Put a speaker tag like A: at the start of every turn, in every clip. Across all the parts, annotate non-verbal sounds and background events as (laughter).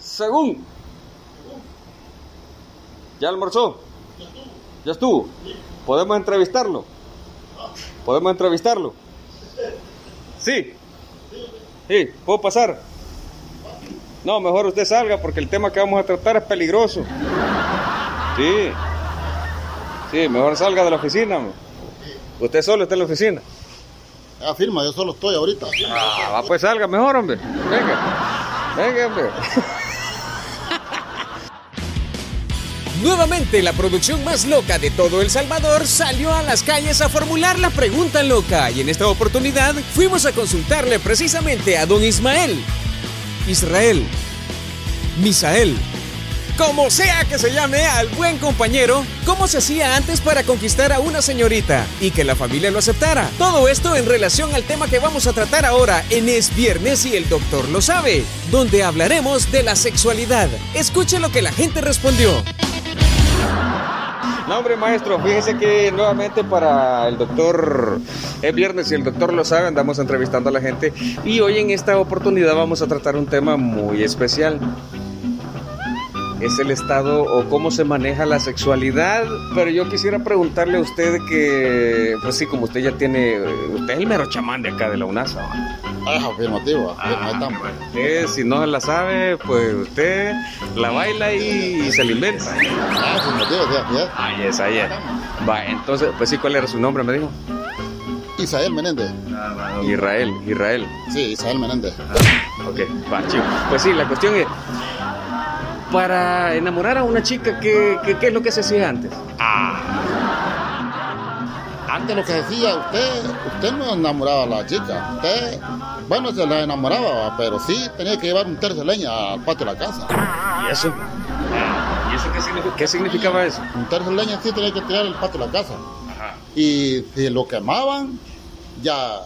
A: según. ¿Ya almorzó? ¿Ya estuvo? ¿Podemos entrevistarlo? ¿Podemos entrevistarlo? Sí. Sí, ¿puedo pasar? No, mejor usted salga porque el tema que vamos a tratar es peligroso. Sí. Sí, mejor salga de la oficina. hombre. Usted solo está en la oficina.
B: Afirma, yo solo estoy ahorita.
A: Ah, va, pues salga mejor, hombre. Venga. Venga, hombre.
C: Nuevamente la producción más loca de todo El Salvador salió a las calles a formular la pregunta loca y en esta oportunidad fuimos a consultarle precisamente a don Ismael, Israel, Misael, como sea que se llame al buen compañero, cómo se hacía antes para conquistar a una señorita y que la familia lo aceptara. Todo esto en relación al tema que vamos a tratar ahora en Es Viernes y el Doctor lo sabe, donde hablaremos de la sexualidad. Escuche lo que la gente respondió.
A: No, hombre, maestro, fíjese que nuevamente para el doctor, es viernes y el doctor lo sabe, andamos entrevistando a la gente y hoy en esta oportunidad vamos a tratar un tema muy especial. Es el estado o cómo se maneja la sexualidad, pero yo quisiera preguntarle a usted que, pues sí, como usted ya tiene, usted es el mero chamán de acá de la UNASA. ¿va?
B: Ah, afirmativo,
A: Ah,
B: afirmativo.
A: bueno, usted, si no la sabe, pues usted la baila y se la inventa.
B: Ah, afirmativo, sí, así es.
A: Ahí es, ahí es. Va, entonces, pues sí, ¿cuál era su nombre? Me dijo.
B: Isael Menéndez.
A: Israel, Israel.
B: Sí, Isael Menéndez.
A: Ok, va, chivo. Pues sí, la cuestión es, para enamorar a una chica, ¿qué, qué, qué es lo que se hacía antes?
B: Antes Ah. lo que decía, usted, usted no enamoraba a la chica. Usted, bueno, se la enamoraba, pero sí tenía que llevar un tercio de leña al patio de la casa.
A: ¿Y eso? Ah, ¿Y eso qué, significa- qué significaba eso?
B: Un tercio de leña sí tenía que tirar al patio de la casa. Y si lo quemaban, ya,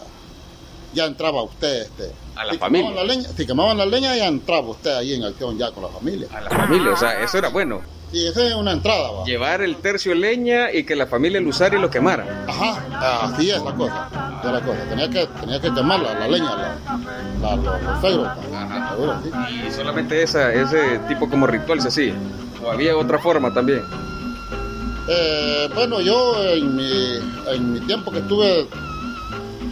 B: ya entraba usted. Este.
A: A la
B: Si quemaban
A: familia.
B: la leña- si quemaban la leña, ya entraba usted ahí en acción ya con la familia.
A: A la familia, o sea, eso era bueno.
B: Y esa es una entrada, va.
A: Llevar el tercio de leña y que la familia lo usara y lo quemara.
B: Ajá, así es la cosa. así es la cosa. Tenía que, tenía que quemar la, la leña, la, la- los, los fegros,
A: Ajá.
B: seguro, sí.
A: Y solamente esa, ese tipo como ritual se hacía. O había otra forma también.
B: Eh, bueno, yo en mi, en mi tiempo que estuve,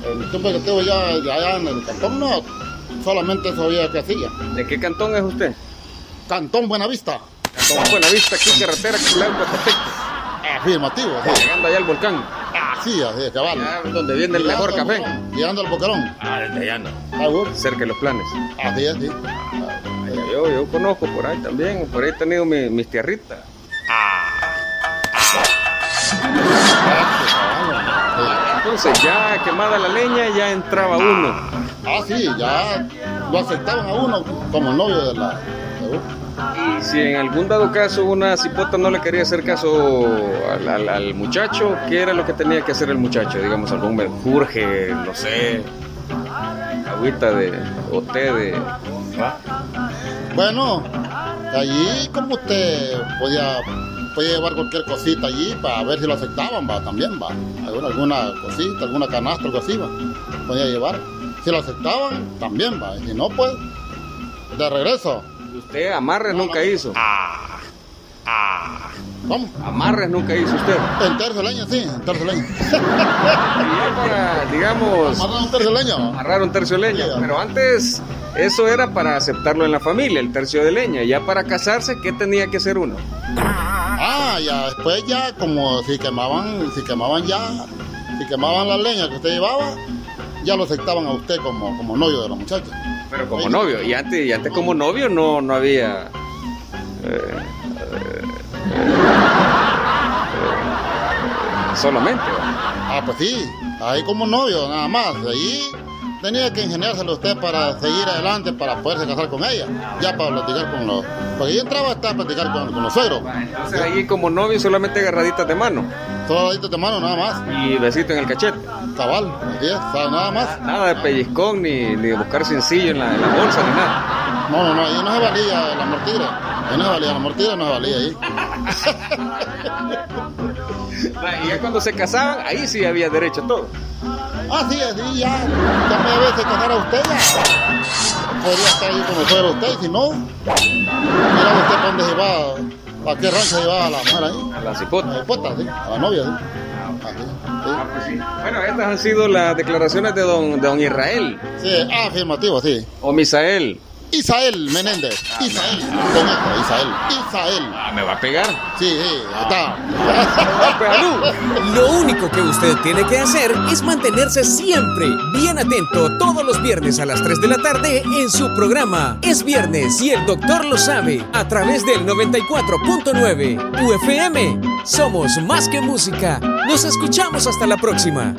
B: en mi tiempo que estuve ya, ya allá en el cantón, no, solamente sabía que hacía.
A: ¿De qué cantón es usted?
B: Cantón Buenavista,
A: Cantón Buenavista, aquí carretera, Culalpa, Coatepec,
B: afirmativo, sí.
A: llegando allá al volcán.
B: Así, así es, cabal.
A: Allá donde viene el
B: Llegando
A: mejor
B: al
A: café.
B: Boquerón, Llegando al boquerón.
A: Ah, desde allá no.
B: Ah, bueno,
A: Cerca de los planes.
B: Así es, sí.
A: Yo, yo conozco por ahí también, por ahí he tenido mi- mis tierritas.
B: Ah,
A: Entonces ya quemada la leña, ya entraba uno.
B: Ah, sí, ya lo aceptaban a uno como novio de la. de uno.
A: Y si en algún dado caso una cipota no le quería hacer caso al, al- al muchacho, ¿qué era lo que tenía que hacer el muchacho? Digamos, algún menjurje, no sé, agüita de, o té de...
B: Bueno, allí como usted podía, podía llevar cualquier cosita allí para ver si lo aceptaban, va, también va. Alguna, alguna cosita, alguna canastra, algo así, va. Podía llevar. Si lo aceptaban, también va. Y si no, pues, de regreso.
A: Usted amarres
B: Ah,
A: nunca hizo.
B: Vamos.
A: Amarres nunca hizo usted.
B: En ah. tercio leño, sí, en tercio leño.
A: Y ya para, digamos,
B: Amarran un tercio leño.
A: amarrar un tercio de leña. Pero antes eso era para aceptarlo en la familia, el tercio de leña. Ya para casarse, ¿qué tenía que hacer uno?
B: Ah, ya, después ya, como si quemaban, si quemaban ya, si quemaban la leña que usted llevaba, ya lo aceptaban a usted como, como novio de la muchacha.
A: Pero como novio. Y antes, y antes como novio no, no había... eh, eh, eh, solamente. ¿va?
B: Ah, pues sí, ahí como novio, nada más. Ahí tenía que ingeniárselo usted para seguir adelante, para poderse casar con ella. Ya para platicar con los. Porque yo entraba hasta a platicar con, con los suegros.
A: Entonces ahí como novio solamente agarraditas de mano
B: Todo deditos de mano, nada más.
A: y besito en el cachete.
B: Cabal, así es, ¿sabe? Nada más.
A: Nada de pellizcón ni, ni de buscar sencillo en la, en la bolsa ni nada. (laughs)
B: No, no, no, ahí no se valía la mortira. Ahí no se valía la mortira, no se valía ahí.
A: Y ya cuando se casaban, ahí sí había derecho a todo.
B: Ah, sí, así ya. Ya me debe de casar a usted ya. podría estar ahí como fuera usted, si no, mira usted para dónde se va, a qué rancho se va la mujer ahí.
A: A la cipota.
B: A la cipota, sí, a la novia, sí. Así,
A: Ah, pues sí. Bueno, estas han sido las declaraciones de don, de don Israel
B: sí. Sí, afirmativo, sí.
A: o Misael.
B: Isael Menéndez, Isael, con esto, Isael, Isael.
A: Ah, me va a pegar.
B: Sí, sí, está. (laughs)
A: Ah, pues, alú.
C: Lo único que usted tiene que hacer es mantenerse siempre bien atento todos los viernes a las 3 de la tarde en su programa. Es viernes y el doctor lo sabe a través del 94.9 UFM. Somos más que música. Nos escuchamos hasta la próxima.